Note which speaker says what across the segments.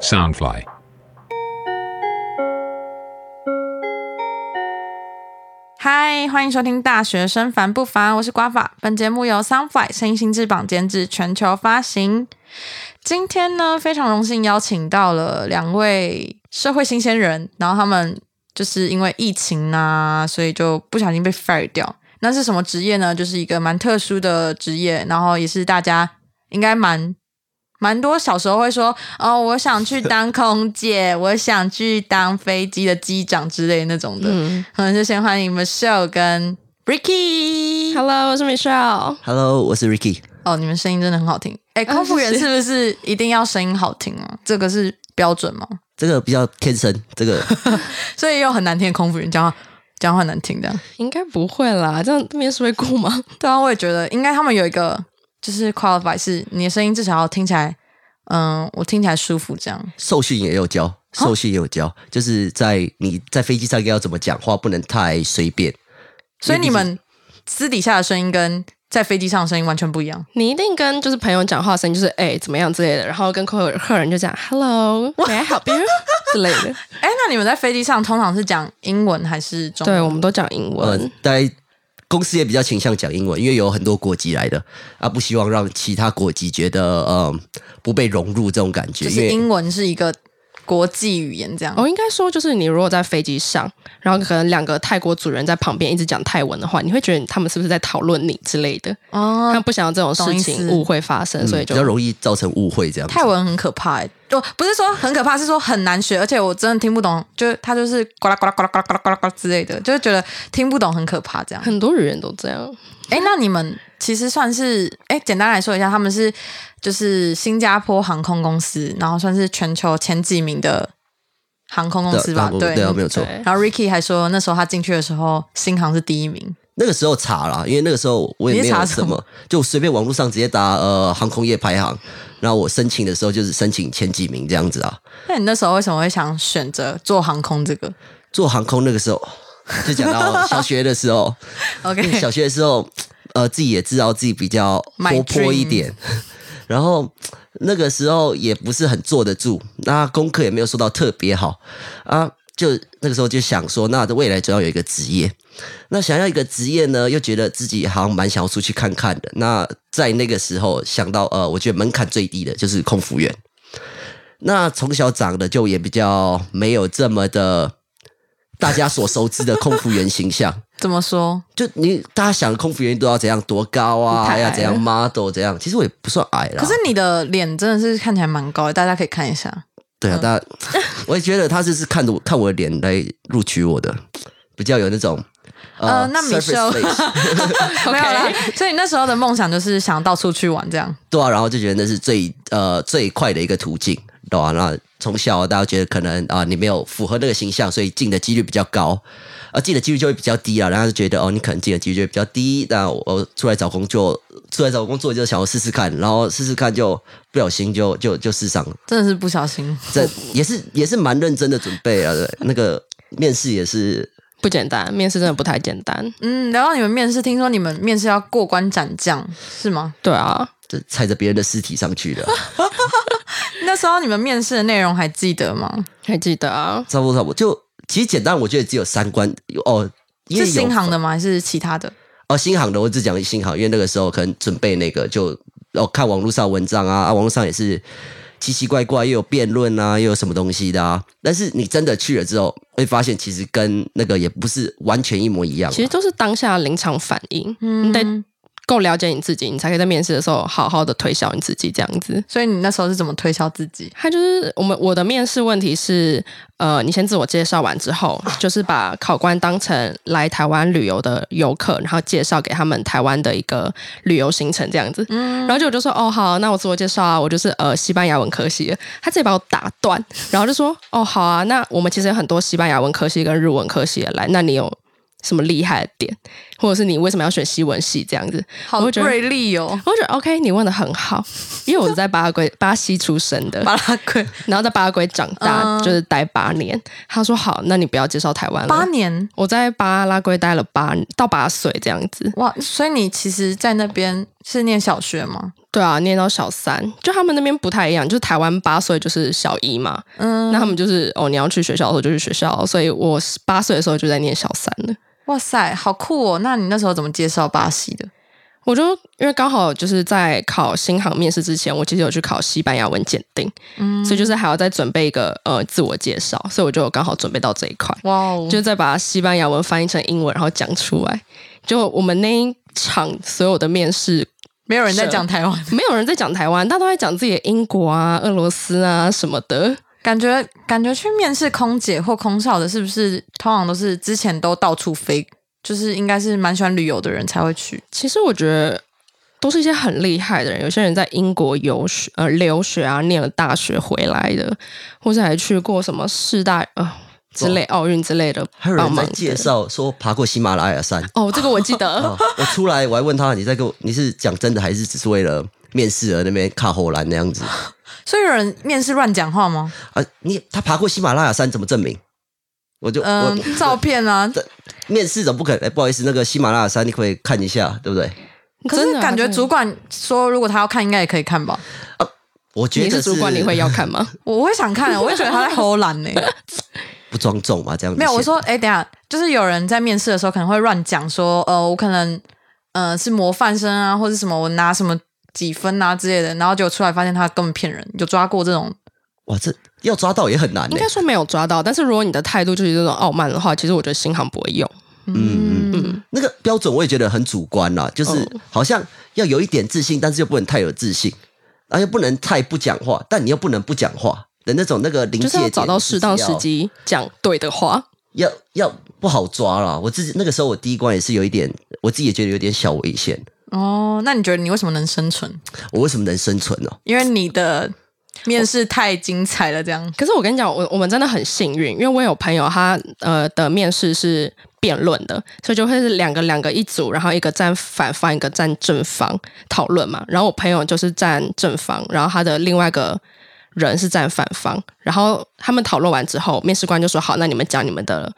Speaker 1: Soundfly.
Speaker 2: 嗨，欢迎收听《大学生烦不烦》，我是瓜法。本节目由 Sunfly 声音新翅膀监制，全球发行。今天呢，非常荣幸邀请到了两位社会新鲜人，然后他们就是因为疫情啊，所以就不小心被 fire 掉。那是什么职业呢？就是一个蛮特殊的职业，然后也是大家应该蛮蛮多小时候会说，哦，我想去当空姐，我想去当飞机的机长之类那种的。我们就先欢迎 Michelle 跟 Ricky。
Speaker 3: Hello，我是 Michelle。
Speaker 4: Hello，我是 Ricky。
Speaker 2: 哦，你们声音真的很好听。哎，空服员
Speaker 3: 嗯谢谢
Speaker 2: 是不是一定要声音好听啊？这个是标准吗？
Speaker 4: 这个比较天生，这个
Speaker 2: 所以又很难听，空服员讲话讲话很难听的。
Speaker 3: 应该不会啦，这样面试会过吗？
Speaker 2: 对啊，我也觉得应该他们有一个就是 qualify，是你的声音至少要听起来，嗯，我听起来舒服这样。
Speaker 4: 受训也有
Speaker 2: 哦
Speaker 4: 教，受训也有教，就是在你在飞机上应该要怎么讲话，不能太随便。
Speaker 2: 所以你们私底下的声音跟在飞机上的声音完全不一样。
Speaker 3: 你一定跟就是朋友讲话的声音就是哎、怎么样之类的，然后跟客客人就讲 Hello，May I help you 之类的。
Speaker 2: 哎，那你们在飞机上通常是讲英文还是中文？
Speaker 3: 对，我们都讲英
Speaker 4: 呃
Speaker 2: 嗯
Speaker 3: 文。，
Speaker 4: 大概公司也比较倾向讲英文，因为有很多国籍来的啊，不希望让其他国籍觉得嗯不被融入这种感觉，
Speaker 2: 就是
Speaker 4: 因为
Speaker 2: 英文是一个国际语言这样。
Speaker 3: 我、哦应该说，就是你如果在飞机上，然后可能两个泰国主人在旁边一直讲泰文的话，你会觉得他们是不是在讨论你之类的？
Speaker 2: 哦
Speaker 3: 他们不想要这种
Speaker 2: 懂意
Speaker 3: 事
Speaker 2: 思
Speaker 3: 情误会发生，
Speaker 4: 嗯
Speaker 3: 所以
Speaker 4: 比
Speaker 3: 就
Speaker 4: 较容易造成误会这样子。
Speaker 2: 泰文很可怕、欸，就不是说很可怕，是说很难学，而且我真的听不懂，就是它就是呱啦呱啦呱啦呱啦呱啦呱啦呱啦之类的，就是觉得听不懂很可怕这 样。
Speaker 3: 很多语言都这样。
Speaker 2: 哎、那你们其实算是哎、简单来说一下，他们是就是新加坡航空公司，然后算是全球前几名的航空公司
Speaker 4: 对啊
Speaker 2: 吧？对，
Speaker 4: 对啊，没有错。
Speaker 3: 对
Speaker 2: 然后 Ricky 还说，那时候他进去的时候，新航是第一名。
Speaker 4: 那个时候查啦，因为那个时候我也
Speaker 2: 你
Speaker 4: 没
Speaker 2: 是查
Speaker 4: 有
Speaker 2: 什
Speaker 4: 什么
Speaker 2: 么，
Speaker 4: 就随便网络上直接打呃航空业排行，然后我申请的时候就是申请前几名这样子啊。
Speaker 2: 那你那时候为什么会想选择做航空这个
Speaker 4: 做航空那个时候，就讲到小学的时候，因为
Speaker 2: ？OK，
Speaker 4: 小学的时候，呃，自己也知道自己比较
Speaker 2: My
Speaker 4: 活泼一点， 然后那个时候也不是很坐得住，那功课也没有说到特别好啊，就那个时候就想说，那未来总要有一个职业。那想要一个职业呢，又觉得自己好像蛮想要出去看看的。那在那个时候想到，呃，我觉得门槛最低的就是空服员。那从小长得就也比较没有这么的大家所熟知的空服员形象，
Speaker 2: 怎么说？
Speaker 4: 就你大家想空服员都要怎样多高
Speaker 3: 太矮
Speaker 4: 啊，
Speaker 3: 了
Speaker 4: 要怎样 model 怎样，其实我也不算矮啦。
Speaker 2: 可是你的脸真的是看起来蛮高的，大家可以看一下。
Speaker 4: 对
Speaker 2: 嗯
Speaker 4: 啊，大家 我也觉得他就是看着我看我的脸来录取我的，比较有那种
Speaker 2: 呃那
Speaker 4: surface
Speaker 2: 米秀
Speaker 4: face
Speaker 2: 没有啦
Speaker 3: OK，。
Speaker 2: 所以你那时候的梦想就是想到处去玩这样。
Speaker 4: 对啊，然后就觉得那是最呃最快的一个途径，对啊，那从小大家觉得可能啊、你没有符合那个形象，所以进的几率比较高，而进的几率就会比较低啊。然后就觉得哦，你可能进的几率就会比较低。那我我出来找工作，出来找工作就想要试试看，然后试试看就不小心就就就试上了。
Speaker 2: 真的是不小心，
Speaker 4: 这也是也是蛮认真的准备啊，对， 那个面试也是
Speaker 3: 不简单，面试真的不太简单。
Speaker 2: 嗯，聊到你们面试，听说你们面试要过关斩将是吗？
Speaker 3: 对啊，
Speaker 4: 这踩着别人的尸体上去的，啊
Speaker 2: 那时候你们面试的内容还记得吗？
Speaker 3: 还记得啊？
Speaker 4: 差不多差不多。就其实简单，我觉得只有三关哦，因
Speaker 2: 是
Speaker 4: 为
Speaker 2: 新
Speaker 4: 有
Speaker 2: 航的吗？还是其他的？
Speaker 4: 哦，新航的我只讲新航，因为那个时候可能准备那个就哦看网络上文章啊，啊网络上也是奇奇怪怪，又有辩论啊，又有什么东西的啊。但是你真的去了之后，会发现其实跟那个也不是完全一模一样啊。
Speaker 3: 其实都是当下临场反应，你得够了解你自己，你才可以在面试的时候好好的推销你自己这样子。
Speaker 2: 所以你那时候是怎么推销自己？
Speaker 3: 他就是我们我的面试问题是，呃，你先自我介绍完之后，就是把考官当成来台湾旅游的游客，然后介绍给他们台湾的一个旅游行程这样子。然后就我就说，哦，好，那我自我介绍啊，我就是呃西班牙文科系的。他自己把我打断，然后就说，哦，好啊，那我们其实有很多西班牙文科系跟日文科系的来，那你有什么厉害的点，或者是你为什么要选西文系这样子？
Speaker 2: 好
Speaker 3: 我会觉得
Speaker 2: 锐利哦，
Speaker 3: 我觉得 OK，你问的很好，因为我是在巴拉圭巴西出生的，
Speaker 2: 巴拉圭
Speaker 3: 然后在巴拉圭长大，
Speaker 2: 嗯
Speaker 3: 就是待八年。他说好，那你不要介绍台湾了。
Speaker 2: 八，年
Speaker 3: 我在巴拉圭待了八到八岁这样子。
Speaker 2: 哇！所以你其实，在那边是念小学吗？
Speaker 3: 对啊，念到小三，就他们那边不太一样，就是台湾八岁就是小一嘛，
Speaker 2: 嗯，
Speaker 3: 那他们就是哦，你要去学校的时候就去学校，所以我八岁的时候就在念小三了。
Speaker 2: 哇塞，好酷哦！那你那时候怎么介绍巴西的？
Speaker 3: 我就因为刚好就是在考新航面试之前，我其实有去考西班牙文检定，
Speaker 2: 嗯，
Speaker 3: 所以就是还要再准备一个呃自我介绍，所以我就刚好准备到这一块，
Speaker 2: 哇哦，
Speaker 3: 就再把西班牙文翻译成英文，然后讲出来。就我们那一场所有的面试，
Speaker 2: 没有人在讲台湾，
Speaker 3: 没有人在讲台湾，大家都在讲自己的英国啊、俄罗斯啊什么的。
Speaker 2: 感觉感觉去面试空姐或空少的，是不是通常都是之前都到处飞，就是应该是蛮喜欢旅游的人才会去。
Speaker 3: 其实我觉得都是一些很厉害的人，有些人在英国游学呃留学啊，念了大学回来的，或者还去过什么世大呃之类奥运之类的，
Speaker 4: 还有人
Speaker 3: 帮
Speaker 4: 在
Speaker 3: 忙的
Speaker 4: 介绍说爬过喜马拉雅山。
Speaker 3: 哦，这个我记
Speaker 4: 啊！
Speaker 3: 得，
Speaker 4: 我出来我还问他，你在跟我你是讲真的还是只是为了面试而那边卡后栏那样子
Speaker 2: 所以有人面试乱讲话吗？
Speaker 4: 啊？你他爬过喜马拉雅山怎么证明？我就、我
Speaker 2: 嗯，照片啊，
Speaker 4: 面试怎么不可能？哎不好意思，那个喜马拉雅山你可不可以看一下，对不对？
Speaker 2: 可
Speaker 3: 真
Speaker 2: 是
Speaker 3: 的啊
Speaker 2: 感觉
Speaker 3: 真的
Speaker 2: 主管说，如果他要看，应该也可以看吧。
Speaker 4: 我觉
Speaker 3: 你
Speaker 4: 得
Speaker 3: 是主管，你会要看吗？
Speaker 2: 我会想 看，我会觉得他在偷懒呢。
Speaker 4: 不庄重嘛？这样子
Speaker 2: 没有，我
Speaker 4: 写
Speaker 2: 说，哎、等一下，就是有人在面试的时候可能会乱讲说，呃，我可能，呃，是模范生啊，或者什么，我拿什么几分啊之类的，然后结果出来发现他根本骗人，有抓过这种，
Speaker 4: 哇，这要抓到也很难呢、欸
Speaker 3: 应该说没有抓到，但是如果你的态度就是这种傲慢的话，其实我觉得新航不会用。
Speaker 2: 嗯嗯，
Speaker 3: 嗯，
Speaker 4: 那个标准我也觉得很主观啦，就是
Speaker 3: 哦
Speaker 4: 好像要有一点自信，但是又不能太有自信，然后又不能太不讲话，但你又不能不讲话的那种那个临
Speaker 3: 就
Speaker 4: 界
Speaker 3: 是
Speaker 4: 点
Speaker 3: 要找到适当
Speaker 4: 就是
Speaker 3: 时
Speaker 4: 要
Speaker 3: 机讲对的话。
Speaker 4: 要要不好抓啦。我自己那个时候我第一关也是有一点，我自己也觉得有点小危险。
Speaker 2: 哦，那你觉得你为什么能生存？
Speaker 4: 我为什么能生存呢、
Speaker 2: 因为你的面试太精彩了，这样
Speaker 3: 可是我跟你讲，我我们真的很幸运，因为我有朋友他呃的面试是辩论的，所以就会是两个两个一组，然后一个站反方，一个站正方讨论嘛。然后我朋友就是站正方，然后他的另外一个人是站反方。然后他们讨论完之后，面试官就说：“好，那你们讲你们的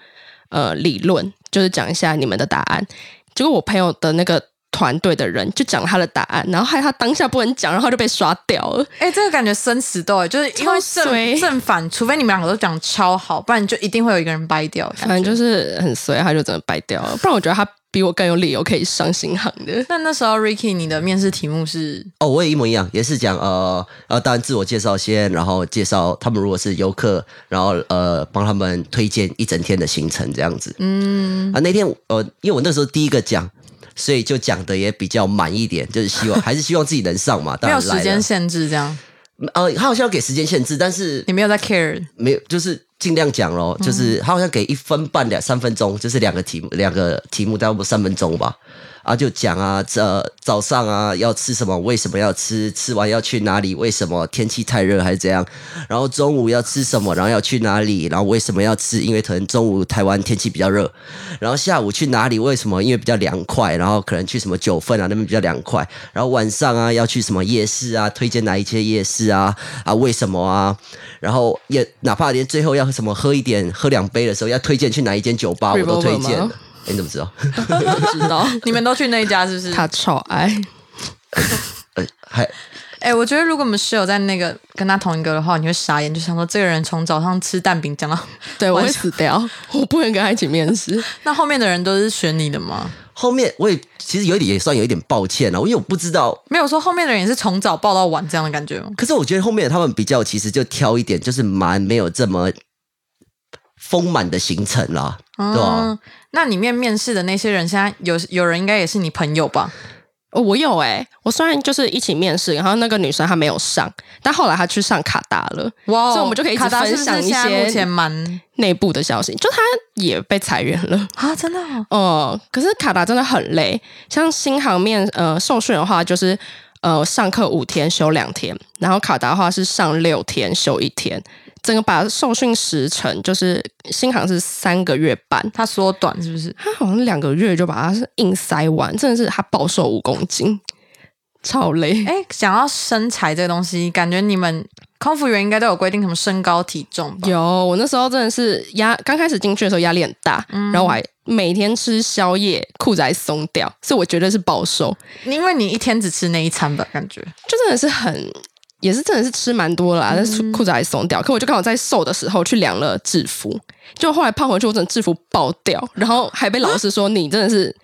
Speaker 3: 呃理论，就是讲一下你们的答案。”结果我朋友的那个。团队的人就讲他的答案，然后害他当下不能讲，然后就被刷掉了。
Speaker 2: 哎、这个感觉生死斗，哎，就是因为
Speaker 3: 超衰
Speaker 2: 正正反，除非你们两个都讲超好，不然就一定会有一个人掰掉。
Speaker 3: 反正就是很衰，他就真的掰掉了。不然我觉得他比我更有理由可以上新航的。
Speaker 2: 那那时候 Ricky，你的面试题目是
Speaker 4: 哦，我也一模一样，也是讲呃呃，当然自我介绍先，然后介绍他们如果是游客，然后呃帮他们推荐一整天的行程这样子。
Speaker 2: 嗯，
Speaker 4: 啊，那天呃，因为我那时候第一个讲，所以就讲的也比较满一点，就是希望还是希望自己能上嘛。当
Speaker 2: 没有
Speaker 4: 然来
Speaker 2: 时
Speaker 4: 了
Speaker 2: 间限制，这样
Speaker 4: 呃，他好像要给时间限制，但是
Speaker 2: 你没有嗯在 care。
Speaker 4: 没有，就是尽量讲咯，就是他好像给一分半两三分钟，就是两个题目，两个题目大概三分钟吧。啊，就讲啊，这早上啊要吃什么？为什么要吃？吃完要去哪里？为什么天气太热还是怎样？然后中午要吃什么？然后要去哪里？然后为什么要吃？因为可能中午台湾天气比较热。然后下午去哪里？为什么？因为比较凉快。然后可能去什么九份啊那边比较凉快。然后晚上啊要去什么夜市啊？推荐哪一些夜市啊？啊为什么啊？然后也哪怕连最后要什么喝一点、喝两杯的时候，要推荐去哪一间酒吧，我都推
Speaker 3: Revolver
Speaker 4: 荐了
Speaker 3: 吗。
Speaker 4: 哎，你怎么知道？
Speaker 3: 知道
Speaker 2: 你们都去那一家是不是？
Speaker 3: 他超爱，
Speaker 4: 呃，还
Speaker 2: 哎、我觉得如果我们室友在那个跟他同一个的话，你会傻眼，就想说这个人从早上吃蛋饼讲到
Speaker 3: 对我
Speaker 2: 完
Speaker 3: 会
Speaker 2: 全
Speaker 3: 死掉， 我不能跟他一起面试。
Speaker 2: 那后面的人都是选你的吗？
Speaker 4: 后面我也其实有一点也算有一点抱歉了，因为我不知道。
Speaker 2: 没有说后面的人也是从早报到晚这样的感觉吗？
Speaker 4: 可是我觉得后面他们比较其实就挑一点，就是蛮没有这么丰满的行程啦，
Speaker 3: 啊
Speaker 4: 对吧、
Speaker 2: 嗯，那里面面试的那些人，现在有有人应该也是你朋友吧？
Speaker 3: 哦，我有哎、我虽然就是一起面试，然后那个女生她没有上，但后来她去上卡达了
Speaker 2: 哇哦
Speaker 3: 所以我们就可以一直
Speaker 2: 卡达
Speaker 3: 分
Speaker 2: 是不是
Speaker 3: 享一
Speaker 2: 现在
Speaker 3: 些
Speaker 2: 目前蛮
Speaker 3: 内部的消息，就她也被裁员了。
Speaker 2: 啊，真的、哦，
Speaker 3: 哦、可是卡达真的很累，像新航面呃受训的话，就是呃上课五天休两天，然后卡达的话是上六天休一天，整个把受训时程就是新航是三个月半，
Speaker 2: 他缩短是不是？
Speaker 3: 他好像两个月就把它硬塞完，真的是他暴瘦五公斤，超累。哎
Speaker 2: 哎哎，讲到身材这个东西，感觉你们空服员应该都有规定什么身高体重吧？
Speaker 3: 有，我那时候真的是压，刚开始进去的时候压力很大，然后我还每天吃宵夜，裤子还松掉，所以我绝对是暴瘦，
Speaker 2: 因为你一天只吃那一餐吧，感觉
Speaker 3: 就真的是很，也是真的是吃蛮多了啦，但是裤子还松掉。可我就刚好在瘦的时候去量了制服，就后来胖回去，我整个制服爆掉，然后还被老师说你真的是。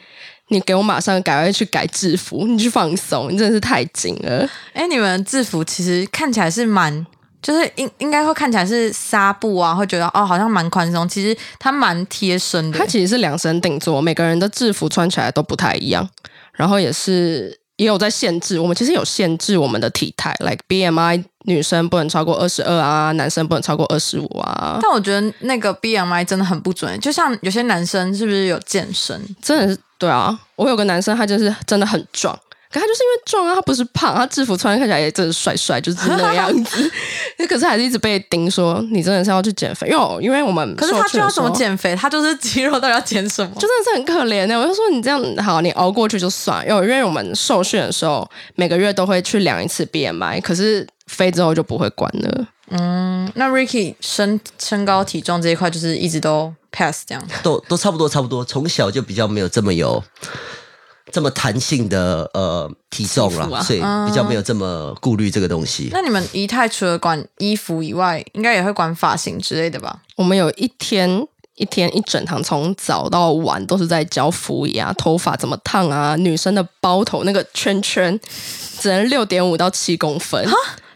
Speaker 3: 你给我马上赶快去改制服，你去放松，你真的是太紧了。
Speaker 2: 哎，你们制服其实看起来是蛮，就是应应该会看起来是纱布啊，会觉得哦好像蛮宽松，其实它蛮贴身的
Speaker 3: 它。其实是量身定做，每个人的制服穿起来都不太一样，然后也是也有在限制，我们其实有限制我们的体态，like BMI 女生不能超过二十二啊，男生不能超过二十五啊，
Speaker 2: 但我觉得那个 BMI 真的很不准，就像有些男生是不是有健身？
Speaker 3: 真的是对啊。我有个男生，他就是真的很壮。可他就是因为壮啊，他不是胖，他制服穿看起来也真的帅帅，就是那样 子。可是还是一直被盯说你真的是要去减肥，因为我因为我们
Speaker 2: 可是
Speaker 3: 受
Speaker 2: 他
Speaker 3: 训
Speaker 2: 就
Speaker 3: 的
Speaker 2: 要怎么
Speaker 3: 时候
Speaker 2: 减肥？他就是肌肉到底要减什么？
Speaker 3: 就真的是很可怜的、我就说你这样好，你熬过去就算。因为因为我们受训的时候，每个月都会去量一次 BMI，可是飞之后就不会管了。
Speaker 2: 那 Ricky 身身高体重这一块就是一直都 pass 这样。
Speaker 4: 都 都差不多差不多，从小就比较没有这么有这么弹性的呃体重
Speaker 3: 起伏
Speaker 4: 啦，
Speaker 3: 啊
Speaker 4: 所以比较没有这么顾虑这个东西。
Speaker 2: 那你们仪态除了管衣服以外，应该也会管发型之类的吧？
Speaker 3: 我们有一天一天一整堂，从早到晚都是在教服仪啊，头发怎么烫啊，女生的包头那个圈圈只能六点五到七公分。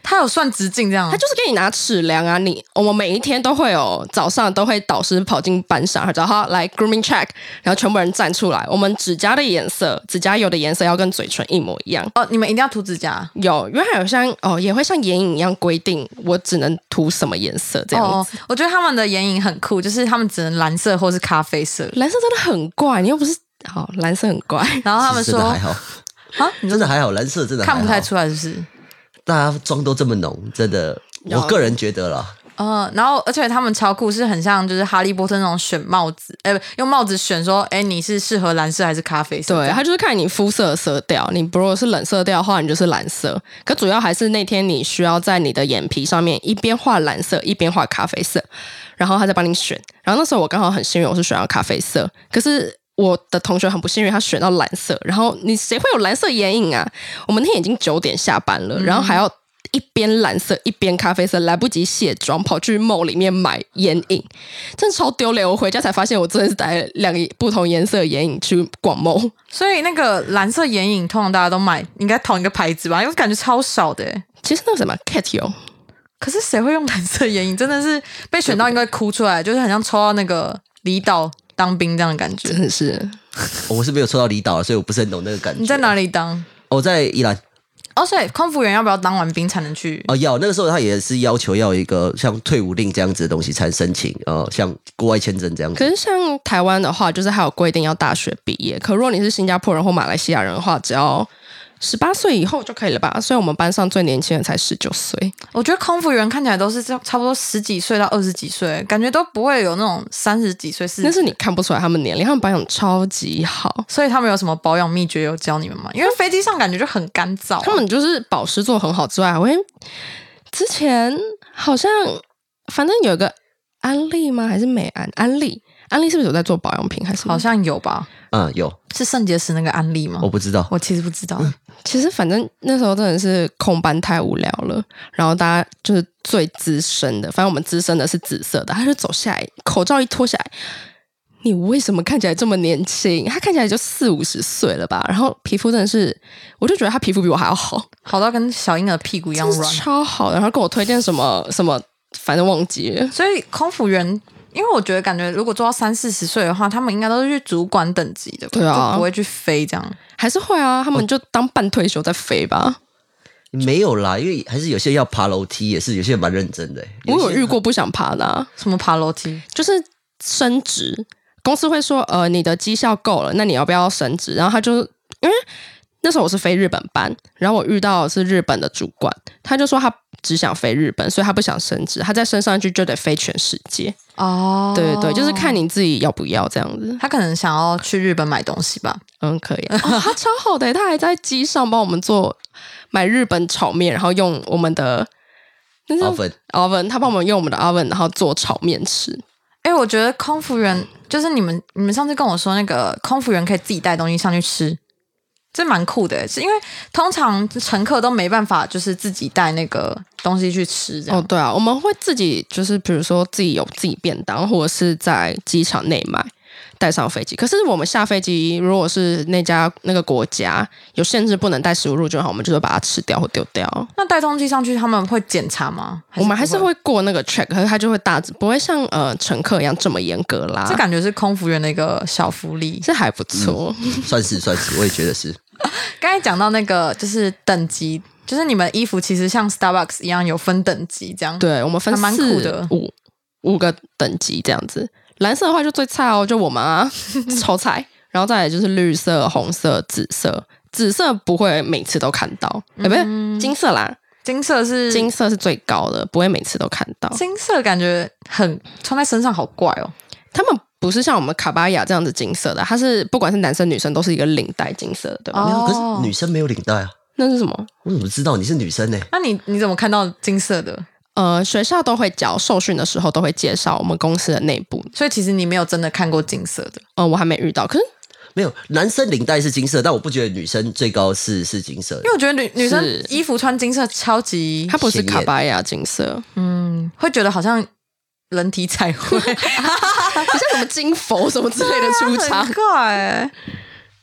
Speaker 2: 他有算直径这样
Speaker 3: 他
Speaker 2: 啊？
Speaker 3: 就是给你拿尺量啊，你我们每一天都会有早上都会导师跑进班上，然后来 grooming check，然后全部人站出来，我们指甲的颜色，指甲油的颜色要跟嘴唇一模一样。
Speaker 2: 哦，你们一定要涂指甲。
Speaker 3: 有，因为还有像哦，也会像眼影一样规定，我只能涂什么颜色这样子。
Speaker 2: 哦，我觉得他们的眼影很酷，就是他们只能蓝色或是咖啡色。
Speaker 3: 蓝色真的很怪，你又不是好、蓝色很怪。
Speaker 2: 然后他们
Speaker 4: 其实真
Speaker 2: 说
Speaker 4: 的还好，
Speaker 2: 啊，你
Speaker 4: 真的还好，蓝色真的还好
Speaker 2: 看不太，出来是不是？
Speaker 4: 大家妆都这么浓，真的，
Speaker 3: 有
Speaker 2: 啊
Speaker 4: 我个人觉得啦，
Speaker 2: 嗯、然后而且他们超酷，是很像就是哈利波特那种选帽子，哎，不用帽子选说，哎，你是适合蓝色还是咖啡色？
Speaker 3: 对，他就是看你肤色的色调，你如果是冷色调的话，你就是蓝色。可主要还是那天你需要在你的眼皮上面一边画蓝色，一边画咖啡色，然后他再帮你选。然后那时候我刚好很幸运，我是选到咖啡色，可是。我的同学很不幸运，他选到蓝色。然后你谁会有蓝色眼影啊？我们那天已经九点下班了，然后还要一边蓝色一边咖啡色，来不及卸妆，跑去 mall 里面买眼影，真的超丢脸。我回家才发现，我真的是带了两个不同颜色的眼影去逛 mall。
Speaker 2: 所以那个蓝色眼影通常大家都买，应该同一个牌子吧，因为感觉超少的欸。
Speaker 3: 其实那个什么 Cat 有，
Speaker 2: 可是谁会用蓝色眼影？真的是被选到应该哭出来，就是很像抽到那个离岛当兵这样的感觉。
Speaker 3: 真的是
Speaker 4: 我是没有抽到离岛，所以我不是很懂那个感觉。
Speaker 2: 你在哪里当？
Speaker 4: 我在宜兰
Speaker 2: 哦，所以空服员要不要当完兵才能去？
Speaker 4: 哦，要那个时候他也是要求要一个像退伍令这样子的东西才申请，呃，像国外签证这样子
Speaker 3: 可。是像台湾的话，就是还有规定要大学毕业。可如果你是新加坡人或马来西亚人的话，只要十八岁以后就可以了吧？所以我们班上最年轻的才十九岁，
Speaker 2: 我觉得空服员看起来都是差差不多十几岁到二十几岁，感觉都不会有那种三十几岁、四
Speaker 3: 但
Speaker 2: 十。
Speaker 3: 是你看不出来他们年龄，他们保养超级好，
Speaker 2: 所以他们有什么保养秘诀有教你们吗？因为飞机上感觉就很干燥啊、
Speaker 3: 他们就是保湿做得很好之外，还会之前好像反正有一个安利吗？还是美安安利？安利是不是有在做保养品？还是什么
Speaker 2: 好像有吧？
Speaker 4: 嗯，有，
Speaker 2: 是肾结石那个案例吗？
Speaker 3: 哦
Speaker 4: 我不知道。
Speaker 2: 我其实不知道。
Speaker 3: 其实反正那时候真的是空班太无聊了，然后大家就是最资深的，反正我们资深的是紫色的，他就走下来，口罩一脱下来，你为什么看起来这么年轻？他看起来就四五十岁了吧，然后皮肤真的是，我就觉得他皮肤比我还要好，
Speaker 2: 好到跟小婴儿屁股一样
Speaker 3: 真是
Speaker 2: 软。
Speaker 3: 超好的，然后跟我推荐什么什么，反正忘记了。
Speaker 2: 所以空服员，因为我觉得感觉如果做到三四十岁的话，他们应该都是去主管等级的吧，
Speaker 3: 对啊
Speaker 2: 就不会去飞这样。
Speaker 3: 还是会啊，他们就当半退休再飞吧。
Speaker 4: 没有啦，因为还是有些要爬楼梯，也是有些蛮认真的、欸
Speaker 3: 我有
Speaker 4: 些
Speaker 3: 遇过不想爬的、啊，
Speaker 2: 什么爬楼梯？
Speaker 3: 就是升职，公司会说，呃，你的绩效够了，那你要不要升职？然后他就因为那时候我是飞日本班，然后我遇到的是日本的主管，他就说他只想飞日本，所以他不想升职，他再升上去就得飞全世界。
Speaker 2: 哦，
Speaker 3: 对对对，就是看你自己要不要这样子。
Speaker 2: 他可能想要去日本买东西吧。
Speaker 3: 嗯，可以、哦。他超好的，他还在机上帮我们做买日本炒面，然后用我们的但是
Speaker 4: oven
Speaker 3: oven，他帮我们用我们的 oven，然后做炒面吃。
Speaker 2: 哎、我觉得空服员就是你们，你们上次跟我说那个空服员可以自己带东西上去吃，这蛮酷的耶。欸是因为通常乘客都没办法，就是自己带那个东西去吃这样。
Speaker 3: 哦，对啊，我们会自己就是比如说自己有自己便当，或者是在机场内买带上飞机。可是我们下飞机，如果是那家那个国家有限制不能带食物入境的话，我们就是把它吃掉或丢掉。
Speaker 2: 那带东西上去，他们会检查吗？
Speaker 3: 我们还是
Speaker 2: 不
Speaker 3: 会过那个 check，可是它就会大致不会像呃乘客一样这么严格啦。
Speaker 2: 这感觉是空服员的一个小福利。
Speaker 3: 这还不错，
Speaker 4: 算是算是，我也觉得是。
Speaker 2: 刚才讲到那个就是等级，就是你们衣服其实像 Starbucks 一样有分等级这样。，
Speaker 3: 对我们分
Speaker 2: 还蛮酷
Speaker 3: 四
Speaker 2: 的
Speaker 3: 五五个等级这样子。蓝色的话就最菜哦，就我 们啊超菜，然后再来就是绿色、红色、紫色。紫色不会每次都看到，哎、不
Speaker 2: 嗯
Speaker 3: 是金色啦，
Speaker 2: 金色是
Speaker 3: 金色是最高的，不会每次都看到。
Speaker 2: 金色，感觉很穿在身上好怪哦。
Speaker 3: 他们不是像我们卡巴雅这样子金色的，啊它是不管是男生女生都是一个领带金色的，对吧？
Speaker 2: 哦
Speaker 4: 没有，可是女生没有领带啊，
Speaker 3: 那是什么？
Speaker 4: 我怎么知道你是女生呢？
Speaker 2: 那你你怎么看到金色的？
Speaker 3: 呃，学校都会教，受训的时候都会介绍我们公司的内部。
Speaker 2: 所以其实你没有真的看过金色的。
Speaker 3: 呃，我还没遇到，可是
Speaker 4: 没有，男生领带是金色，但我不觉得女生最高是是金色的
Speaker 2: 因为。我觉得女女生
Speaker 3: 是
Speaker 2: 衣服穿金色超级
Speaker 3: 它，不是
Speaker 4: 显眼
Speaker 3: 卡巴雅金色，
Speaker 2: 嗯，会觉得好像人体彩 绘，
Speaker 3: 不像什么金佛什么之类的出场
Speaker 2: 很。怪、欸。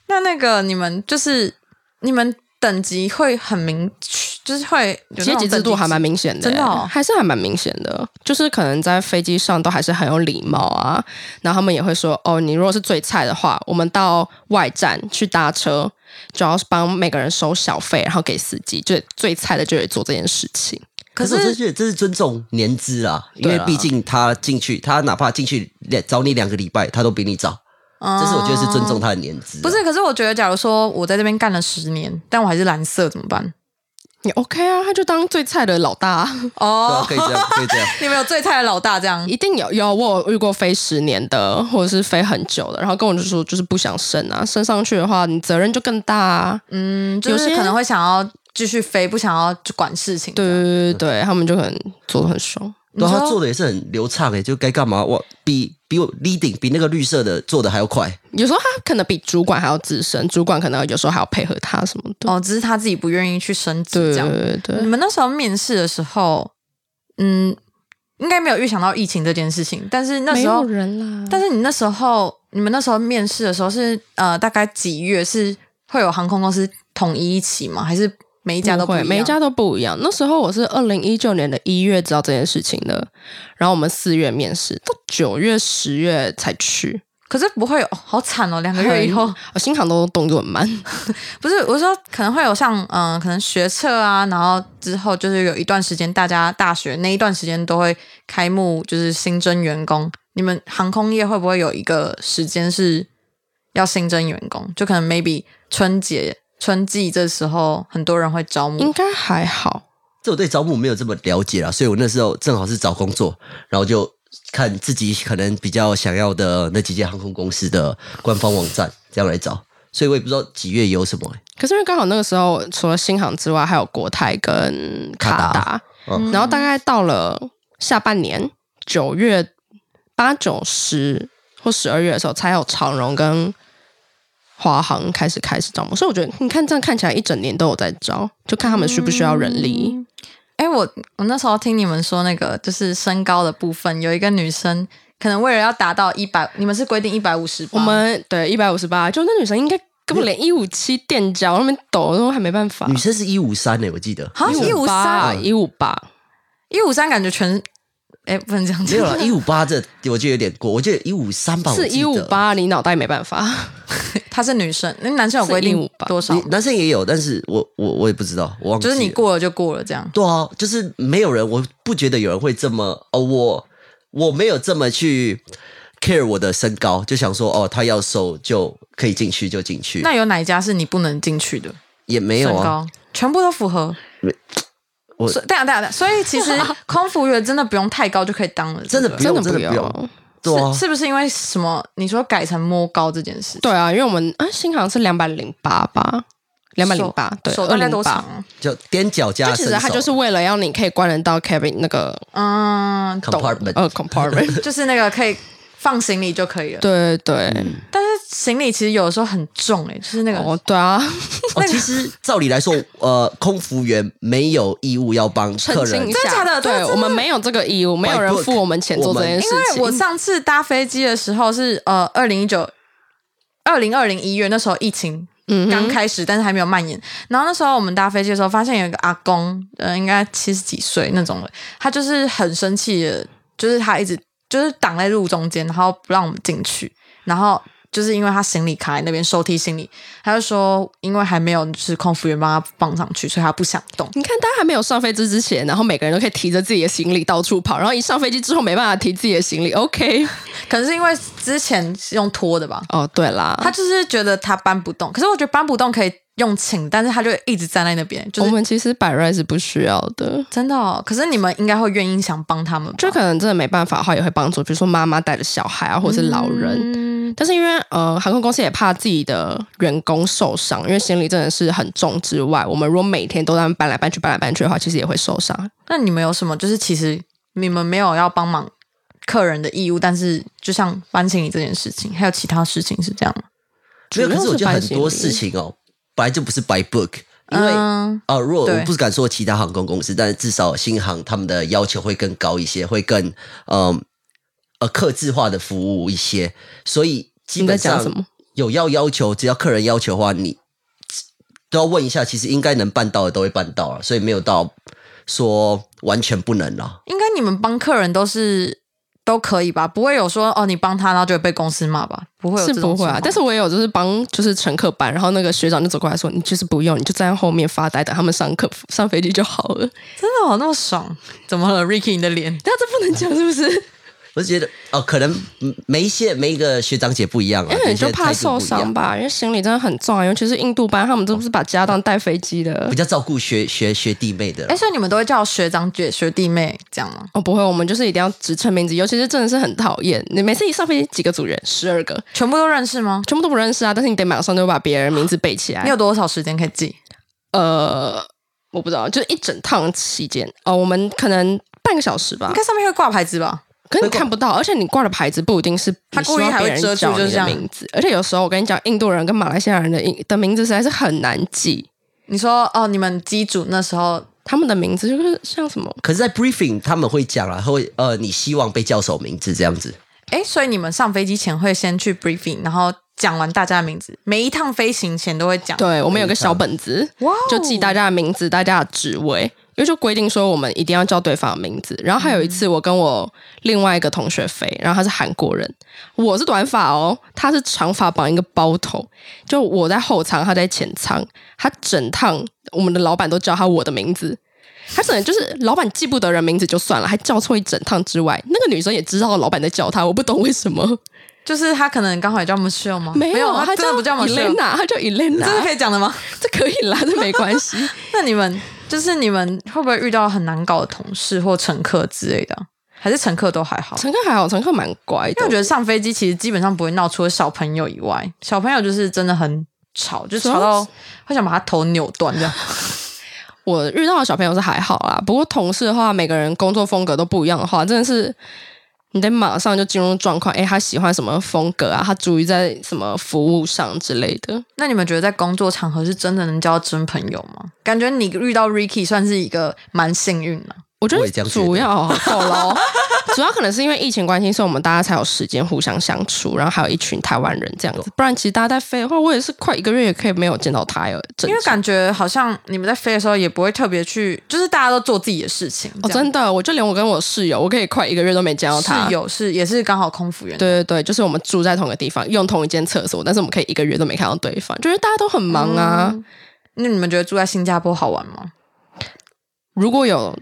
Speaker 2: 那那个你们就是你们等级会很明确，就是会 有那
Speaker 3: 阶
Speaker 2: 种
Speaker 3: 级制度还蛮
Speaker 2: 等级
Speaker 3: 明显的、
Speaker 2: 真的哦
Speaker 3: 还是还蛮明显的。就是可能在飞机上都还是很有礼貌啊，然后他们也会说，哦，你如果是最菜的话，我们到外站去搭车，主要是帮每个人收小费，然后给司机，就最菜的就得做这件事情。
Speaker 4: 可是我真觉得这是尊重年资啦，因为
Speaker 3: 对啦
Speaker 4: 毕竟他进去，他哪怕进去两找你两个礼拜，他都比你早，这是我觉得是尊重他的年资啊。
Speaker 2: 嗯不是，可是我觉得，假如说我在这边干了十年，但我还是蓝色怎么办？
Speaker 3: 你 OK 啊？他就当最菜的老大、
Speaker 2: 哦
Speaker 3: 啊，
Speaker 4: 对啊，，可以这 样，可以这样。
Speaker 2: 你们有最菜的老大这样
Speaker 3: 一定有有我有遇过飞十年的，或者是飞很久的，然后跟我就说就是不想升啊，升上去的话你责任就更大啊。
Speaker 2: 嗯，就是
Speaker 3: 有些
Speaker 2: 可能会想要继续飞，不想要就管事情。
Speaker 3: 对，对对对，他们就可能做的很凶。
Speaker 2: 你
Speaker 4: 对
Speaker 2: 说
Speaker 4: 啊，他做的也是很流畅诶、就该干嘛哇，比比我 leading 比那个绿色的做的还要快。
Speaker 3: 有时候他可能比主管还要资深，主管可能有时候还要配合他什么的。
Speaker 2: 哦，只是他自己不愿意去升级
Speaker 3: 对
Speaker 2: 这样。嗯
Speaker 3: 对
Speaker 2: 你
Speaker 3: 对，
Speaker 2: 们那时候面试的时候，嗯，应该没有预想到疫情这件事情，但是那
Speaker 3: 没
Speaker 2: 时
Speaker 3: 有
Speaker 2: 候，
Speaker 3: 人啊啦。
Speaker 2: 但是你那时候，你们那时候面试的时候是呃，大概几月是会有航空公司统一一起吗？还是每一家都
Speaker 3: 不
Speaker 2: 不一
Speaker 3: 会，
Speaker 2: 样？
Speaker 3: 每一家都不一样。那时候我是二零一九年的一月知道这件事情的，然后我们四月面试，到九月、十月才去。
Speaker 2: 可是不会有，哦好惨哦！两个月以后
Speaker 3: 很，，我新航都动作很慢。
Speaker 2: 不是我说可能会有像嗯、呃可能学测啊，然后之后就是有一段时间，大家大学那一段时间都会开幕，就是新增员工。你们航空业会不会有一个时间是要新增员工？就可能 maybe 春节、春季这时候很多人会招募
Speaker 3: 应，该还好。
Speaker 4: 这我对招募没有这么了解啦，所以我那时候正好是找工作，然后就看自己可能比较想要的那几间航空公司的官方网站这样来找，所以我也不知道几月有什么、欸。
Speaker 3: 可是因为刚好那个时候，除了新航之外，还有国泰跟卡
Speaker 4: 卡
Speaker 3: 达，
Speaker 4: 嗯
Speaker 3: 然后大概到了下半年九月八九十或十二月的时候，才有长荣跟华航开始开始招募。所以我觉得，你看这样看起来一整年都有在招，就看他们需不需要人力。
Speaker 2: 嗯哎、我我那时候听你们说那个就是身高的部分，有一个女生可能为了要达到一百，你们是规定一百五十，
Speaker 3: 我们对一百五十八，就那女生应该根本连一五七垫脚那边抖都还没办法
Speaker 2: 啊
Speaker 4: 女。生是一五三欸诶，我记得。
Speaker 2: 好一五三
Speaker 3: 一五八，
Speaker 2: 一五三感觉全，哎、不能这样
Speaker 4: 没
Speaker 2: 讲
Speaker 4: 有啦，一五八这我觉得有点过，我觉得一五三吧，我
Speaker 3: 是
Speaker 4: 记
Speaker 3: 一
Speaker 4: 得
Speaker 3: 五。八，你脑袋没办法。
Speaker 2: 她是女生，那男生有规
Speaker 3: 是
Speaker 2: 定
Speaker 3: 158
Speaker 2: 多少
Speaker 4: 你？男生也有，但是我我我也不知道，我忘记
Speaker 2: 就
Speaker 4: 了。
Speaker 2: 是你过了就过了这样。
Speaker 4: 对啊，就是没有人，我不觉得有人会这么哦，我我没有这么去 care 我的身高，就想说哦，他要收就可以进去就进去，
Speaker 2: 那有哪一家是你不能进去的？
Speaker 4: 也没有
Speaker 2: 身
Speaker 4: 啊，
Speaker 2: 高全部都符合。
Speaker 4: 我
Speaker 2: 所以，对啊，对啊，对啊。所以其实 空服员真的不用太高就可以当了，
Speaker 4: 真的
Speaker 2: 对
Speaker 4: 不用
Speaker 3: 真的不
Speaker 4: 真的不用
Speaker 3: 用。
Speaker 4: 对
Speaker 2: 不
Speaker 4: 啊
Speaker 2: 对是，是不是因为什么？你说改成摸高这件事，
Speaker 3: 对啊，因为我们啊，新航是两百零八吧，两百零八
Speaker 2: 手，
Speaker 3: 对，
Speaker 2: 手
Speaker 3: 二
Speaker 2: 大概
Speaker 3: 零
Speaker 2: 多长
Speaker 3: 八。
Speaker 2: 啊？
Speaker 4: 就踮脚
Speaker 3: 就
Speaker 4: 加
Speaker 3: 其实
Speaker 4: 伸
Speaker 3: 它就是
Speaker 4: 手
Speaker 3: 为了要你可以关人到 cabin 那个
Speaker 2: 嗯，
Speaker 3: 懂
Speaker 4: compartment，哦
Speaker 3: 呃 compartment，
Speaker 2: 就是那个可以放行李就可以了。
Speaker 3: 对对，
Speaker 4: 嗯
Speaker 2: 但是行李其实有的时候很重哎、就是那个、
Speaker 3: 哦对啊，
Speaker 4: 哦，其实照理来说，呃，空服员没有义务要帮客
Speaker 3: 澄清
Speaker 4: 人
Speaker 3: 一
Speaker 2: 真的
Speaker 3: 下，
Speaker 2: 假的
Speaker 3: 对
Speaker 2: 对
Speaker 3: 我们没有这个义务，没有人
Speaker 4: book，
Speaker 3: 付我们钱做这件事
Speaker 2: 因为
Speaker 3: 情
Speaker 2: 我。上次搭飞机的时候是呃二零一九、二零二零一月那时候疫情
Speaker 3: 嗯哼
Speaker 2: 刚开始，但是还没有蔓延。然后那时候我们搭飞机的时候，发现有一个阿公，呃，应该七十几岁那种的，他就是很生气的，就是他一直就是挡在路中间，然后不让我们进去，然后。就是因为他行李卡在那边收提行李，他就说因为还没有就是空服员帮他放上去，所以他不想动。
Speaker 3: 你看，大家还没有上飞机之前，然后每个人都可以提着自己的行李到处跑，然后一上飞机之后没办法提自己的行李。OK，
Speaker 2: 可能是因为之前是用拖的吧，
Speaker 3: 哦，对啦，
Speaker 2: 他就是觉得他搬不动，可是我觉得搬不动可以用请，但是他就一直站在那边，就
Speaker 3: 我
Speaker 2: 是
Speaker 3: 们其实百瑞是不需要的，
Speaker 2: 真的、哦。可是你们应该会愿意想帮他们吧，
Speaker 3: 就可能真的没办法的话，也会帮助，比如说妈妈带着小孩啊，或者是老人。
Speaker 2: 嗯
Speaker 3: 但是因为呃，航空公司也怕自己的员工受伤，因为行李真的是很重之外，我们如果每天都在那边搬来搬去、搬来搬去的话，其实也会受伤。
Speaker 2: 那你们有什么？就是其实你们没有要帮忙客人的义务，但是就像搬行李这件事情，还有其他事情是这样吗？
Speaker 4: 没有，
Speaker 3: 主
Speaker 4: 可
Speaker 3: 要
Speaker 4: 是我觉得
Speaker 3: 搬
Speaker 4: 很多
Speaker 3: 行李
Speaker 4: 事，情哦，本来就不是 by book，因为
Speaker 2: 嗯
Speaker 4: 哦，如果
Speaker 2: 对
Speaker 4: 我不敢说其他航空公司，但是至少新航他们的要求会更高一些，会更嗯呃客制化的服务一些，所以基
Speaker 3: 你在
Speaker 4: 本
Speaker 3: 讲
Speaker 4: 上
Speaker 3: 什么？
Speaker 4: 有要要求，只要客人要求的话，你都要问一下，其实应该能办到的都会办到了，啊所以没有到说完全不能啊了。
Speaker 2: 应该你们帮客人都是都可以吧？不会有说哦，你帮他然后就会被公司骂吧？不会有
Speaker 3: 是
Speaker 2: 这种
Speaker 3: 不会
Speaker 2: 情
Speaker 3: 啊
Speaker 2: 况，
Speaker 3: 但是我也有就是帮就是乘客搬，然后那个学长就走过来说：“你就是不用，你就站在后面发呆，等他们上课上飞机就好了。
Speaker 2: 真的哦，那么爽？怎么了，Ricky？你的脸”
Speaker 3: 但这不能讲是不 是？
Speaker 4: 我是觉得哦，可能嗯每一些每一个学长姐不一样啊，
Speaker 3: 因为
Speaker 4: 每
Speaker 3: 哎你
Speaker 4: 一些
Speaker 3: 就怕
Speaker 4: 态度
Speaker 3: 受
Speaker 4: 不一样
Speaker 3: 伤，吧，因为行李真的很重啊，尤其是印度班，他们都不是把家当带飞机的
Speaker 4: 比。较照顾学学学弟妹的啦
Speaker 2: 哎、。所以你们都会叫学长姐、学弟妹这样吗？
Speaker 3: 哦，不会，我们就是一定要直称名字，尤其是真的是很讨厌。你每次一上飞机，几个组员，十二个，
Speaker 2: 全部都认识吗？
Speaker 3: 全部都不认识啊，但是你得马上就把别人名字背起
Speaker 2: 你
Speaker 3: 来
Speaker 2: 有。多少时间可以记？
Speaker 3: 呃，我不知道，就是一整趟期间，哦，我们可能半个小时吧
Speaker 2: 应，该上面会挂牌子吧？
Speaker 3: 可是你看不到，而且你挂的牌子不一定是
Speaker 2: 他故意还会遮住
Speaker 3: 你希望别人叫你的名字，而且有时候我跟你讲，印度人跟马来西亚人的英的名字实在是很难记，
Speaker 2: 你说哦，你们机组那时候
Speaker 3: 他们的名字就是像什么。
Speaker 4: 可是，在 briefing 他们会讲啊，会呃，你希望被叫什么名字这样子。
Speaker 2: 哎，所以你们上飞机前会先去 briefing，然后讲完大家的名字，每一趟飞行前都会讲。
Speaker 3: 对，我们有个小本子，
Speaker 2: 哇哦
Speaker 3: 就记大家的名字、大家的职位，因为就规定说我们一定要叫对方的名字。然后还有一次，
Speaker 2: 嗯
Speaker 3: 我跟我另外一个同学飞，然后他是韩国人，我是短发哦，他是长发绑一个包头，就我在后舱，他在前舱，他整趟我们的老板都叫他我的名字。他可能就是老板记不得人名字就算了，还叫错一整趟之外，那个女生也知道老板在叫她，我不懂为什么。
Speaker 2: 就是他可能刚好也叫 Michelle 吗？没
Speaker 3: 有，
Speaker 2: 他
Speaker 3: 她
Speaker 2: 真的不叫 Michelle，
Speaker 3: Elena，她叫
Speaker 2: 这是
Speaker 3: Elena，
Speaker 2: 可以讲的吗？
Speaker 3: 这可以啦，这没关系。
Speaker 2: 那你们就是你们会不会遇到很难搞的同事或乘客之类的？还是乘客都还好？
Speaker 3: 乘客还好，乘客蛮
Speaker 2: 因
Speaker 3: 乖
Speaker 2: 为
Speaker 3: 的。
Speaker 2: 我觉得上飞机其实基本上不会闹，除了小朋友以外，小朋友就是真的很吵，就吵到会想把他头扭断这样。
Speaker 3: 我遇到的小朋友是还好啦，不过同事的话，每个人工作风格都不一样的话，真的是你得马上就进入状况。诶，他喜欢什么风格啊？他注意在什么服务上之类的。
Speaker 2: 那你们觉得在工作场合是真的能交真朋友吗？感觉你遇到 Ricky 算是一个蛮幸运的、
Speaker 3: 我觉
Speaker 4: 我也这
Speaker 3: 得
Speaker 4: 样觉得
Speaker 3: 主要够了哦， 主要可能是因为疫情关系，所以我们大家才有时间互相相处，然后还有一群台湾人这样子。不然其实大家在飞的话，我也是快一个月也可以没有见到他哟。因
Speaker 2: 因为感觉好像你们在飞的时候也不会特别去，就是大家都做自己的事情。
Speaker 3: 哦，真的，我就连我跟我室友，我可以快一个月都没见到
Speaker 2: 的
Speaker 3: 他。
Speaker 2: 室友是也是刚好空服员，，
Speaker 3: 对对啊对，就是我们住在同一个地方，用同一间厕所，但是我们可以一个月都没看到对方，就是大家都很忙啊。
Speaker 2: 嗯那你们觉得住在新加坡好玩吗？
Speaker 3: 如果有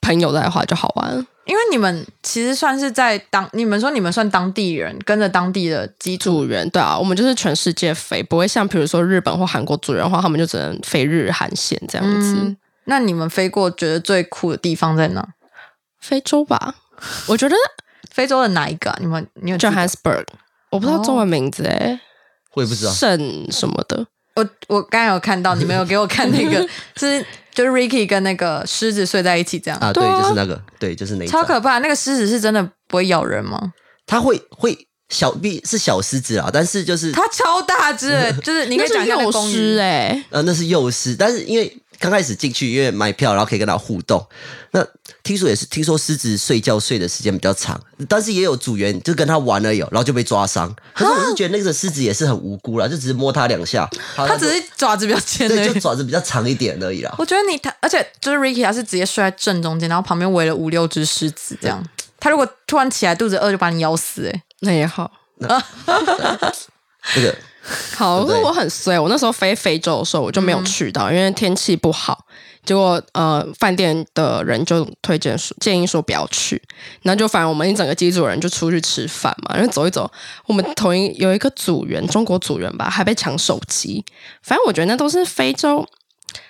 Speaker 3: 朋友在的话，就好玩。
Speaker 2: 因为你们其实算是在当，你们说你们算当地人，跟着当地的机组
Speaker 3: 组员对啊，我们就是全世界飞，不会像比如说日本或韩国组员的话，他们就只能飞日韩线这样子。
Speaker 2: 嗯那你们飞过觉得最酷的地方在哪？
Speaker 3: 非洲吧，我 觉得
Speaker 2: 非洲的哪一个啊、你们你有记得
Speaker 3: Johannesburg，我不知道中文名字哎、
Speaker 4: 我也不知道，
Speaker 3: 欸圣什么的，
Speaker 2: 我我刚才有看到你没有给我看那 个，是就是 Ricky 跟那个狮子睡在一起这样，
Speaker 4: 啊，对，就是那个，对，就是那一
Speaker 2: 超
Speaker 4: 张。
Speaker 2: 可怕。那个狮子是真的不会咬人吗？
Speaker 4: 它会会小臂是小狮子啊，但是就是
Speaker 2: 它超大只欸，就是你可
Speaker 3: 那
Speaker 2: 以讲
Speaker 3: 是
Speaker 2: 一下那
Speaker 3: 幼
Speaker 2: 公
Speaker 3: 狮
Speaker 2: 鱼，
Speaker 3: 哎，
Speaker 4: 呃那是幼狮，但是因为刚开始进去，因为买票然后可以跟它互动。那听说也是听说狮子睡觉睡的时间比较长，但是也有组员就跟它玩而已哦，然后就被抓伤。可是
Speaker 2: 啊
Speaker 4: 我是觉得那个狮子也是很无辜啦，就只是摸它两下，好
Speaker 2: 它
Speaker 4: 像
Speaker 2: 只是爪子比较尖而
Speaker 4: 欸对，就
Speaker 2: 已。
Speaker 4: 爪子比较长一点而已啦。
Speaker 2: 我觉得你他，而且就是 Ricky 他是直接睡在正中间，然后旁边围了五六只狮子这样。他如果突然起来肚子饿，就把你咬死、欸。
Speaker 3: 那也好。
Speaker 4: 那个
Speaker 3: 好，
Speaker 4: 对
Speaker 3: 因
Speaker 4: 不对
Speaker 3: 为我很衰，我那时候飞非洲的时候我就没有去到，因嗯为天气不好。结果呃，饭店的人就推荐说建议说不要去，然后就反正我们一整个机组人就出去吃饭嘛，然后走一走，我们同一有一个组员中国组员吧，还被抢手机。反正我觉得那都是非洲，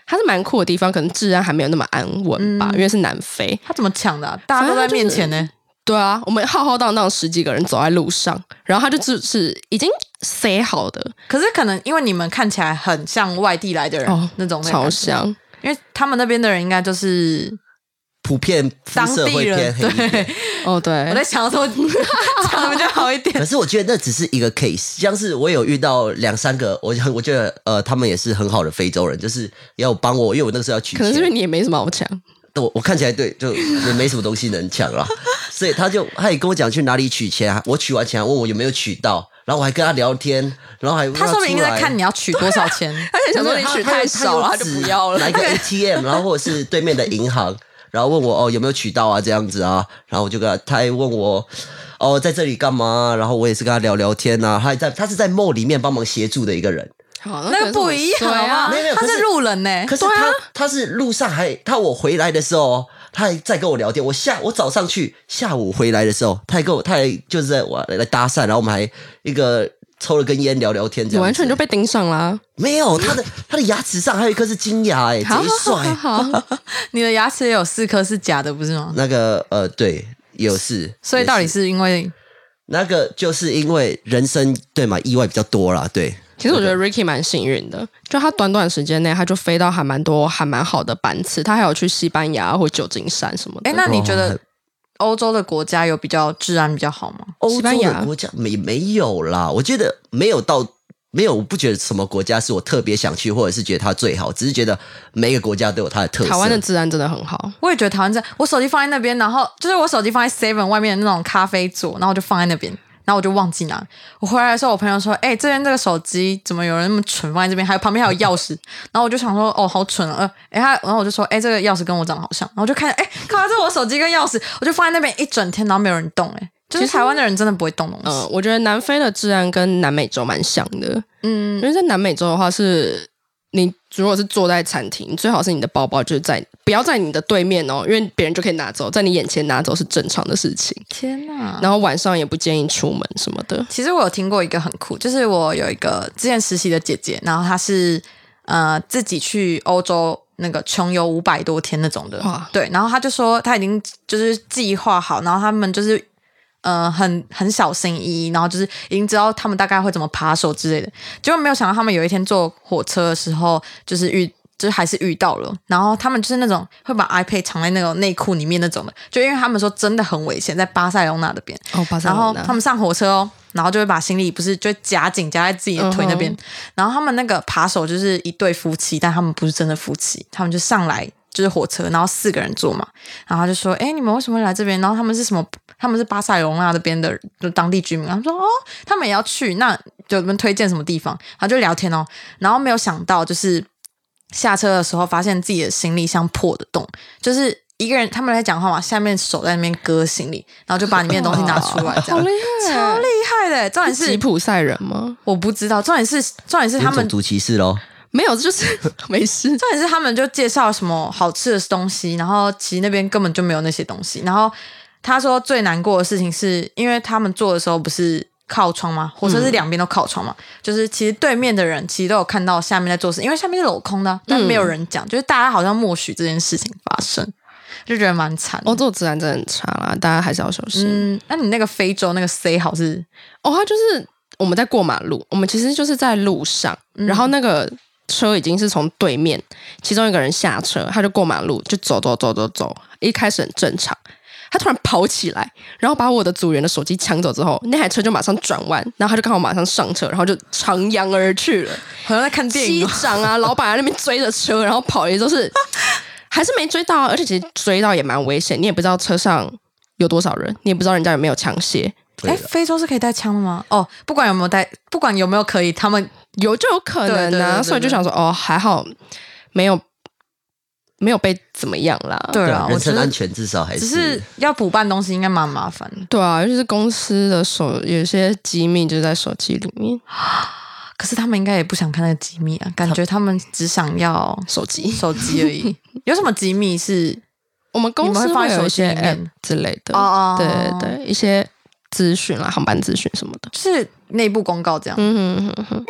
Speaker 3: 它是蛮酷的地方，可能治安还没有那么安稳吧，因为是南非。
Speaker 2: 他怎么抢的啊、大家都在面前呢、
Speaker 3: 对啊，我们浩浩荡荡十几个人走在路上，然后他就只是已经塞好的
Speaker 2: 可是可能因为你们看起来很像外地来的人、
Speaker 3: 哦
Speaker 2: 那种那个
Speaker 3: 超
Speaker 2: 感觉，
Speaker 3: 香。
Speaker 2: 因为他们那边的人应该就是
Speaker 4: 普遍肤
Speaker 2: 当
Speaker 4: 色
Speaker 2: 地
Speaker 4: 会偏
Speaker 2: 人。
Speaker 4: 黑一点。
Speaker 2: 对，
Speaker 3: 哦，对，
Speaker 2: 我在想说讲的比较好一点
Speaker 4: 可。是我觉得那只是一个 case，像是我有遇到两三个，我我觉得呃，他们也是很好的非洲人，就是要帮我，因为我那个时候要取
Speaker 3: 可能是因为
Speaker 4: 钱，
Speaker 3: 你也没什么好抢，
Speaker 4: 我我看起来对，就也没什么东西能 抢啦，所以他就他也跟我讲去哪里取钱、啊，我取完钱还问我有没有取到，然后我还跟他聊天，然后还问
Speaker 2: 他说不定
Speaker 4: 出来
Speaker 2: 在看你要取多少钱，
Speaker 3: 而且想说你取太少了，他就不要
Speaker 4: 拿
Speaker 3: 了
Speaker 4: 一。个 ATM，然后或者是对面的银行，然后问我哦有没有取到啊这样子啊，然后我就跟他，他还问我哦在这里干嘛、然后我也是跟他聊聊天啊，他还在他是在 mall 里面帮忙协助的一个人，
Speaker 3: 好，
Speaker 2: 那个不一样
Speaker 3: 对
Speaker 2: 好
Speaker 3: 啊
Speaker 2: 不
Speaker 4: 没有
Speaker 2: 好
Speaker 4: 没有
Speaker 2: 他
Speaker 4: 可是
Speaker 2: 是路人呢、啊
Speaker 4: 可是他、他是路上还他我回来的时候。他还在跟我聊天，我下我早上去，下午回来的时候，他还跟我，他还就是在我来搭讪，然后我们还一个抽了根烟聊聊天，这
Speaker 3: 你
Speaker 4: 样
Speaker 3: 啊完全
Speaker 4: 子
Speaker 3: 就被盯上啦。
Speaker 4: 没有他的他的牙齿上还有一颗是金牙、 欸，哎，
Speaker 3: 好
Speaker 4: 贼
Speaker 3: 好
Speaker 4: 帅
Speaker 3: 好，好，好
Speaker 2: 你的牙齿也有四颗是假的，不是吗？
Speaker 4: 那个呃，对，有事。
Speaker 2: 所以
Speaker 4: 有
Speaker 2: 到底
Speaker 4: 事
Speaker 2: 是因为
Speaker 4: 那个就是因为人生对嘛，意外比较多啦，对。
Speaker 3: 其实我觉得 Ricky 蛮幸运的，就他短短时间内他就飞到还蛮多还蛮好的班次，他还有去西班牙或旧金山什么的。
Speaker 2: 哎、那你觉
Speaker 4: 哇
Speaker 2: 得
Speaker 4: 很
Speaker 2: 欧洲的国家有比较治安比较好吗？
Speaker 4: 欧
Speaker 3: 西
Speaker 4: 洲
Speaker 3: 班牙
Speaker 4: 的国家没没有啦，我觉得没有到没有，我不觉得什么国家是我特别想去，或者是觉得它最好，只是觉得每个国家都有它的特色。
Speaker 3: 台湾的治安真的很好，
Speaker 2: 我也觉得台湾在，我手机放在那边，然后就是我手机放在 Seven 外面的那种咖啡座，然后我就放在那边，然后我就忘记拿。我回来的时候，我朋友说：“哎、这边这个手机怎么有人那么蠢放在这边？还有旁边还有钥匙。”然后我就想说：“哦，好蠢啊！”呃，哎、他，然后我就说：“哎、这个钥匙跟我长得好像。”然后我就看，哎、看到这我手机跟钥匙，我就放在那边一整天，然后没有人动、哎，就是台湾的人真的不会动东
Speaker 3: 呃
Speaker 2: 西，，
Speaker 3: 我觉得南非的治安跟南美洲蛮像的，
Speaker 2: 嗯
Speaker 3: 因为在南美洲的话是，你如果是坐在餐厅，最好是你的包包就是在不要在你的对面哦，因为别人就可以拿走，在你眼前拿走是正常的事情。
Speaker 2: 天哪！
Speaker 3: 然后晚上也不建议出门什么的。
Speaker 2: 其实我有听过一个很酷，就是我有一个之前实习的姐姐，然后她是呃自己去欧洲那个穷游五百多天那种的
Speaker 3: 哇，
Speaker 2: 对，然后她就说她已经就是计划好，然后他们就是。呃，很很小心翼翼，然后就是已经知道他们大概会怎么扒手之类的，结果没有想到他们有一天坐火车的时候，就是遇，就是还是遇到了，然后他们就是那种会把 iPad 藏在那个内裤里面那种的，就因为他们说真的很危险，在巴塞隆那那边，
Speaker 3: 哦，巴塞
Speaker 2: 然
Speaker 3: 罗
Speaker 2: 后
Speaker 3: 那
Speaker 2: 他们上火车哦，然后就会把行李不是就夹紧夹在自己的腿那边。
Speaker 3: 嗯
Speaker 2: 然后他们那个扒手就是一对夫妻，但他们不是真的夫妻，他们就上来就是火车，然后四个人坐嘛，然后他就说：“哎，你们为什么会来这边？”然后他们是什么？他们是巴塞隆纳那边的人就当地居民。他们说：“哦，他们也要去，那就你们推荐什么地方？”然后就聊天哦，然后没有想到就是下车的时候发现自己的行李箱破的洞，就是。一个人，他们在讲话嘛，下面手在那边割行李，然后就把里面的东西拿出来，这样。
Speaker 3: 好厉害，
Speaker 2: 超厉害的。重点
Speaker 3: 吉
Speaker 2: 是
Speaker 3: 普赛人吗？
Speaker 2: 我不知道，重点是重点是他
Speaker 4: 有种
Speaker 2: 们，
Speaker 4: 族歧视喽，
Speaker 3: 没有，就是 没事。
Speaker 2: 重点是他们就介绍什么好吃的东西，然后其实那边根本就没有那些东西。然后他说最难过的事情是因为他们坐的时候不是。靠窗吗？火车是两边都靠窗嘛，就是其实对面的人其实都有看到下面在做事，因为下面是镂空的啊，但没有人讲，就是大家好像默许这件事情发生，就觉得蛮惨的。嗯
Speaker 3: 欧洲哦治安真的很差啦，大家还是要小心。
Speaker 2: 嗯，那你那个非洲那个 C 好是
Speaker 3: 哦，他就是我们在过马路，我们其实就是在路上，然后那个车已经是从对面，其中一个人下车，他就过马路，就走走走走走，一开始很正常。他突然跑起来，然后把我的组员的手机抢走之后，那台车就马上转弯，然后他就看我马上上车，然后就徜徉而去了。
Speaker 2: 好像在看电
Speaker 3: 机
Speaker 2: 影哦。
Speaker 3: 长啊，老板在那边追着车，然后跑也 都是，还是没追到啊，而且其实追到也蛮危险，你也不知道车上有多少人，你也不知道人家有没有枪械，
Speaker 2: 哎，非洲是可以带枪的吗？哦，不管有没有带，不管有没有可以，他们
Speaker 3: 有就有可能
Speaker 2: 对
Speaker 3: 啊，
Speaker 2: 对对对
Speaker 3: 所以就想说哦，还好没有没有被怎么样啦，
Speaker 2: 对啊，我
Speaker 4: 人
Speaker 2: 觉
Speaker 4: 身
Speaker 2: 得
Speaker 4: 安全至少还
Speaker 2: 只是要补办东西应该蛮麻烦的。
Speaker 3: 对啊，尤其是公司的手有些机密就在手机里面，
Speaker 2: 可是他们应该也不想看那个机密啊，感觉他们只想要
Speaker 3: 手机
Speaker 2: 手机而已。有什么机密是？
Speaker 3: 我们公
Speaker 2: 你们
Speaker 3: 司
Speaker 2: 会放
Speaker 3: 会
Speaker 2: 在
Speaker 3: 有一些
Speaker 2: 手机里面
Speaker 3: app 之类的，
Speaker 2: 哦哦哦
Speaker 3: 对啊对对，一些资讯啦，航班资讯什么的，
Speaker 2: 就是内部公告这样。
Speaker 3: 嗯哼哼哼。